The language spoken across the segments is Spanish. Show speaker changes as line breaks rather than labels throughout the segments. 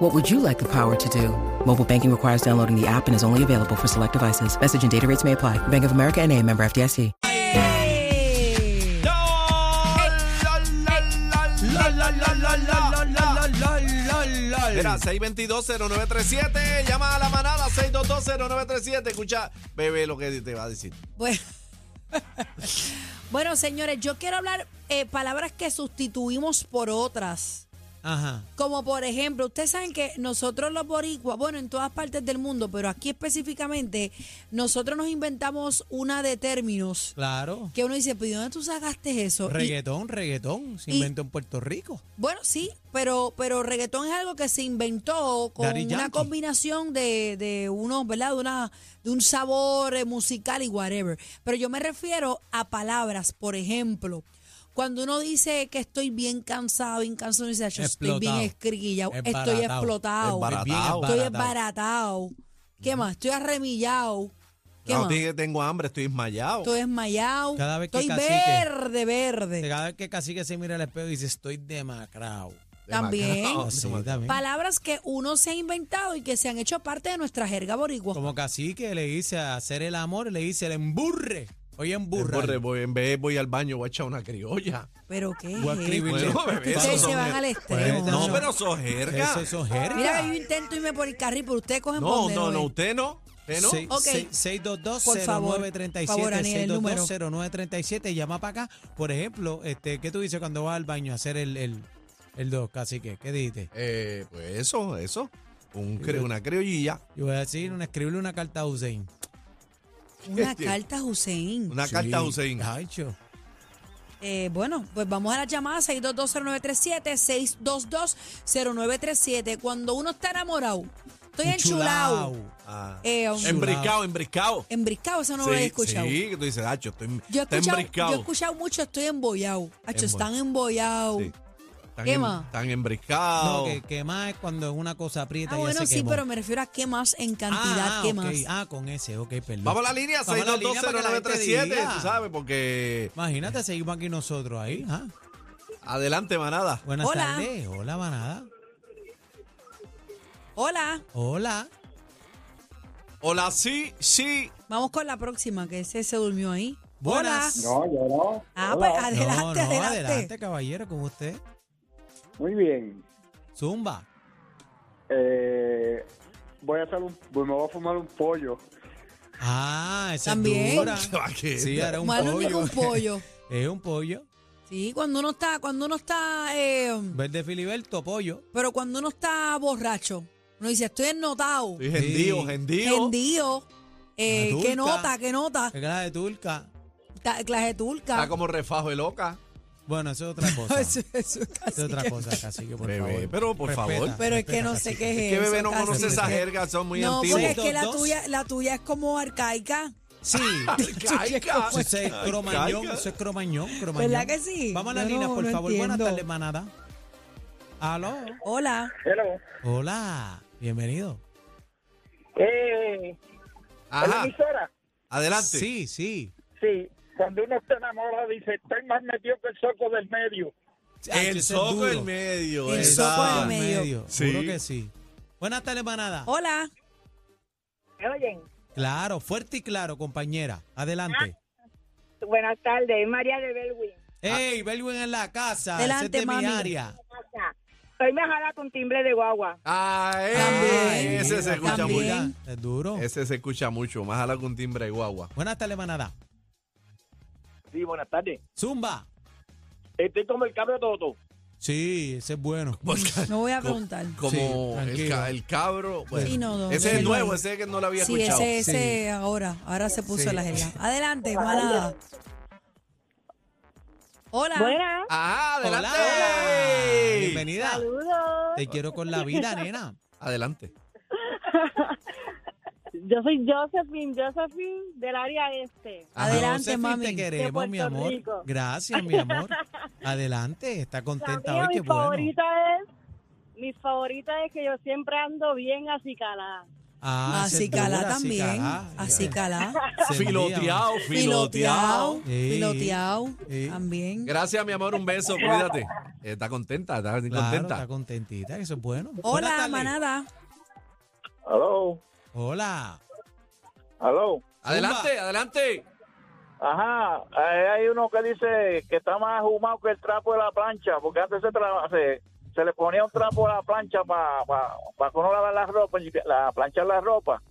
What would you like the power to do? Mobile banking requires downloading the app and is only available for select devices. Message and data rates may apply. Bank of America and a member FDIC.
¡Ey!
La, la, la, la, la, la, la, la, la, la, la, la.
Mira, 622-0937, llama a la manada, 622-0937, escucha, bebé, lo que te va a decir.
Bueno,
Bueno, señores, yo quiero hablar eh, palabras que sustituimos por otras.
Ajá.
Como por ejemplo, ustedes saben que nosotros los boricuas, bueno, en todas partes del mundo, pero aquí específicamente, nosotros nos inventamos una de términos
Claro.
que uno dice, ¿pero de dónde tú sacaste eso? Y-
Reggaetón, reggaetón. Se
y-
inventó en Puerto Rico.
bueno, sí, pero, pero reggaetón es algo que se inventó con
Daddy
una
Yankee.
combinación de, de unos, ¿verdad? De, una, de un sabor eh, musical y whatever. Pero yo me refiero a palabras, por ejemplo. Cuando uno dice que estoy bien cansado, bien cansado, uno dice, "Acho, estoy bien
Explotado.
escriguillado,
Esbaratao.
estoy explotado,
Esbaratao.
Bien
estoy
esbaratado.
esbaratado. ¿Qué más? Estoy arremillado. ¿Qué
No,
más?
dije que tengo hambre, estoy desmayado.
Estoy desmayado.
Cada vez que
Estoy
cacique-
verde, verde.
Cada vez que Cacique se mira al espejo y dice, estoy demacrado.
También.
Demacrado,
Sí,
demacrado.
también.
Palabras que uno se ha inventado y que se han hecho parte de nuestra jerga boricua.
Como Cacique le dice a hacer el amor, le dice el emburre. Oye, emburre.
Borre, voy, en vez voy al baño, voy a echar una criolla.
Pero qué
Voy a
es
escribirle.
esto?
Bueno, bebé,
Ustedes
eso
se
son-
van al extremo.
Bueno,
No,
Eso-
pero sos jerga.
Eso, eso es jerga.
Mira que yo intento irme por el carril, pero ustedes cogen
No,
por
no, no, usted no, usted ¿Eh, no.
Se-
Ok.
se- 622-0937,
Por favor, por favor, Aniel, el número.
622-0937, llama para acá. Por ejemplo, este, ¿qué tú dices cuando vas al baño a hacer el, el, el dos, cacique? ¿Qué dijiste?
Eh, pues eso, eso, Un cri- una criollilla,
Yo voy a decir, una, escribirle una carta a Hussein.
Una carta a Hussein.
una carta a Hussein.
Ay, cho.
Eh, bueno, pues vamos a la llamada 6220937, 6220937. Cuando uno está enamorado, estoy enchulado,
Enchulao.
Ah.
Eh, un-
Embricado, embricado.
embriscado, eso no lo he escuchado.
Sí, que tú dices, Hacho, estoy, em-,
Yo he
está
escuchado, yo he
embricado.
escuchado mucho, estoy embollado. Hacho, están embollados.
Sí. Tan
¿Qué
em-
más?
tan
No,
embricado.
que, que más es cuando una cosa
Ah,
aprieta y ya
bueno,
se
sí,
quemó.
pero me refiero a qué más en cantidad,
ah,
qué
ok.
más.
Ah, con ese, ok, perdón.
Vamos a la línea
Vamos a la línea para que la gente
6220937,
diga.
tú sabes, porque
Imagínate, seguimos aquí nosotros ahí. ¿ah?
adelante manada.
Buenas
Hola.
tardes. Hola, manada.
Hola,
Hola.
Hola, sí, sí.
vamos con la próxima, que ese se durmió ahí.
Buenas.
Hola.
No, yo no.
Ah,
Hola.
pues adelante,
Oh, no, no,
adelante.
caballero, con usted.
ah.
Muy bien.
Zumba.
Eh, voy a hacer un, me voy a fumar un pollo.
Ah, esa
También.
es dura.
¿Qué?
Sí, ahora un
Más
pollo.
un pollo.
es un pollo.
Sí, cuando uno está, cuando uno está, eh,
Verde Filiberto, pollo.
pero cuando uno está borracho, uno dice, estoy ennotado,
Estoy gentío,
Sí.
gentío.
hendido, eh,
Una
qué
turca.
nota, qué nota,
Es que la de turca.
ta- clase turca.
Está como refajo de loca.
Bueno, eso es otra cosa.
Eso-
eso
eso es
es
casi
otra
que-
cosa, cacique, por
Bebé,
favor.
pero por favor.
Pero es que
respeta,
no sé
cacique.
qué es
Es que
eso,
bebé no conoce
casi
esa
que-
jerga, son muy
No,
antiguos.
pues, porque es que la
Dos.
tuya, la tuya es como arcaica.
Sí.
ah,
Caica.
Eso es cromañón, eso es cromañón, cromañón.
pues, ¿Verdad que sí?
Vamos a la
Yo
línea,
no-
por
no
favor. Buenas
entiendo.
tardes, manada. Aló.
Hola.
Hello.
Hola. Bienvenido.
Eh, ¿es la
Ajá,
emisora?
adelante.
Sí, sí.
Sí. Cuando uno se enamora dice, estoy más metido que el soco del medio.
El soco del
medio.
medio.
El
esa.
soco del medio.
Sí.
Seguro que sí. Buenas tardes, manada.
Hola.
Oyen,
Claro, fuerte y claro, compañera. Adelante.
buenas tardes, María de Belwin.
¡Ey, Belwin en la casa!
Adelante,
ese es de
mami.
mi área.
Pasa. Estoy mejorada con timbre de guagua.
Ah, eh,
También.
ese se escucha
También.
mucho.
Mira, Es duro.
Ese se escucha mucho. Más ala con timbre y guagua.
Buenas tardes, manada.
Sí, buenas tardes.
Zumba.
Estoy como el cabro Toto.
Sí, ese es bueno.
No voy a preguntar.
Sí,
Como el,
tranquilo.
ca- el cabro. bueno.
Sí, no, no,
ese
no,
es
no.
nuevo, ese es que no lo había
Sí,
escuchado.
ese,
Sí.
ese ahora, ahora se puso
Sí.
la gela. Adelante, manada. Hola.
Buenas,
Ajá, adelante.
Hola. Bienvenida.
saludos.
Te quiero con la vida, nena.
Adelante.
Yo soy Josephine, Josephine del área este.
Adelante,
Josephine,
mami.
Te queremos,
De
mi
Puerto
amor.
Rico.
Gracias, mi amor. Adelante, está
La
contenta
mía,
hoy, qué
mi
bueno.
favorita es, mi favorita es que yo siempre ando bien acicalada.
Ah,
Así
segura,
calá también.
calá, ya
Así
ves.
calá.
Se envía,
Filoteado,
Piloteado.
filoteado.
Sí.
Piloteado.
Sí.
También.
Gracias, mi amor, un beso, cuídate. Está contenta, está
Claro,
contenta.
está contentita, eso es bueno. Buenas
Hola,
tardes.
manada.
Aló,
Hola.
aló.
Adelante, adelante.
Ajá, ahí hay uno que dice que está más humado que el trapo de la plancha, porque antes se, tra- se, se le ponía un trapo a la plancha para pa, pa que uno lavar la ropa, y que- la planchar la ropa.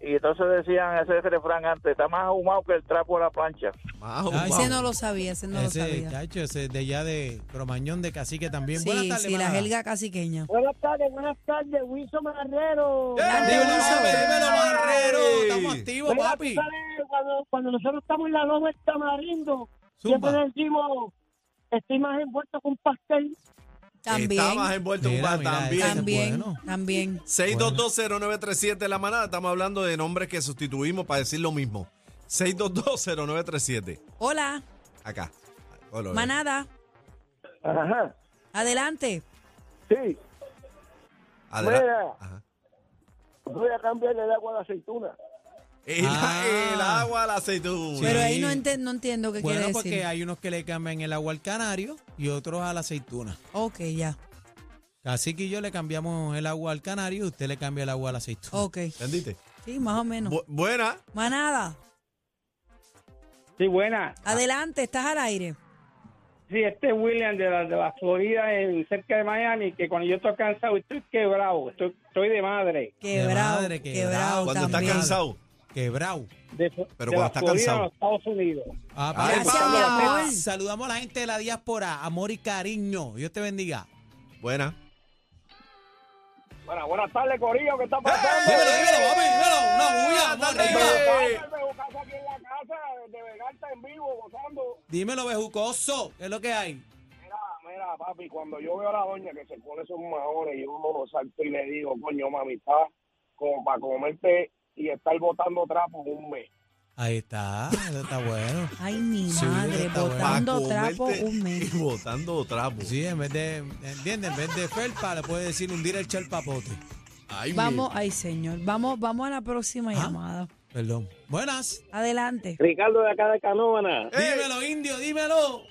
Y entonces decían ese refrán antes, está más ahumado que el trapo de la plancha.
Wow,
Ay,
wow.
Ese no lo sabía, ese no lo
ese,
sabía.
chacho, ese de allá de Cromañón de Cacique también. Buenas
Sí,
tardes,
sí, la
manada.
jerga caciqueña.
Buenas tardes, buenas tardes, Wilson Marrero.
¡Eh!
Dímelo,
¡Ay!
dímelo, Barrero. Estamos activos,
Mira,
papi.
tú sabes, Cuando, cuando nosotros estamos en la loma de Tamarindo,
Zumba.
siempre decimos, estoy más envuelto con pastel.
Está
También.
más envuelto en un
Mira,
pan,
mira, ese
también.
es
También. También.
bueno.
6220937 la manada. Estamos hablando de nombres que sustituimos para decir lo mismo. 6220937.
Hola,
Acá. Hola, hola.
manada.
Ajá,
Adelante.
sí,
Adela-
Mira.
Ajá.
voy a cambiarle el agua a la aceituna.
El,
Ah.
el agua, la aceituna.
Sí.
Pero ahí no, ente- no entiendo qué
Bueno,
quiere
porque
decir.
hay unos que le cambian el agua al canario y otros a la aceituna.
Ok, ya.
Así que yo le cambiamos el agua al canario y usted le cambia el agua a la aceituna.
Ok.
¿Entendiste?
Sí, más o menos.
Bu- buena.
Manada.
Sí, buena.
Ah.
Adelante, estás al aire.
Sí, este es William de la, de la Florida, en, cerca de Miami, que cuando yo estoy cansado estoy quebrado, estoy, estoy de madre.
Quebrado.
madre, quebrado.
quebrado
Cuando
también.
estás cansado.
Quebrado.
De, Flo-
Pero
de
cuando
la
está
Florida
cansado.
a los Estados Unidos.
Ah,
Ay,
papá.
Gracias, mi amor.
Saludamos a la gente de la diáspora. Amor y cariño. Dios te bendiga.
Buena.
Bueno, buenas tardes, Corillo, ¿qué está
Dímelo, dímelo, papi, dímelo. Una bulla, vamos
Ándate,
arriba.
eh.
aquí en la casa, de Vegalta en vivo, gozando.
Dímelo, bejucoso. ¿Qué es lo que hay?
Mira, mira, papi, cuando yo veo a la doña que se pone esos maones, yo uno lo salto y le digo, coño, mami, está como para comerte y estar botando trapos un mes.
Ahí está. Eso está bueno.
Ay, mi
Sí,
madre,
está bueno.
botando
Pa'
trapo
comerte-
un mes.
Botando trapo.
Sí, en vez de, ¿entiendes? En vez de felpa, le puede decir hundir el charpapote.
Ay, mi-
Vamos, ay, señor. Vamos, vamos a la próxima
Ah.
llamada.
Perdón. Buenas.
Adelante.
Ricardo de acá de Canóvana.
¡Ey!
Dímelo, indio, dímelo.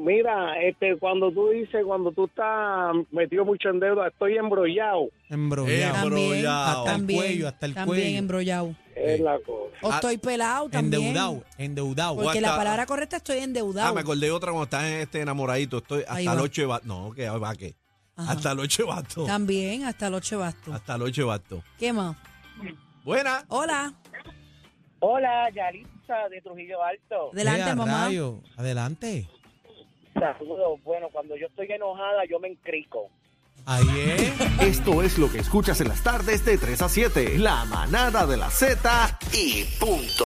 Mira, este, cuando tú dices, cuando tú estás metido mucho en deuda, estoy embrollado.
Embrollado.
También,
Embrollado.
Hasta el
también,
cuello, hasta el
también
cuello.
embrollado.
Es la cosa.
O
Ah,
estoy pelado también.
Endeudado, endeudado.
Porque
hasta-
la palabra correcta es estoy endeudado.
Ah, me acordé de otra cuando estás este enamoradito. Estoy hasta
Ahí
el
va.
8 de basto. No, que va que.
Ajá.
Hasta el 8 de basto.
También, hasta los
Ah.
chebastos.
Hasta el 8 de basto.
¿Qué más?
Buena.
Hola.
Hola, Yaritza de Trujillo Alto.
Adelante,
Ea,
mamá.
rayo, Adelante.
Saludos. Bueno, cuando yo estoy enojada, yo me encrico.
Ahí es.
Esto es lo que escuchas en las tardes de 3 a 7. La manada de la Z y punto.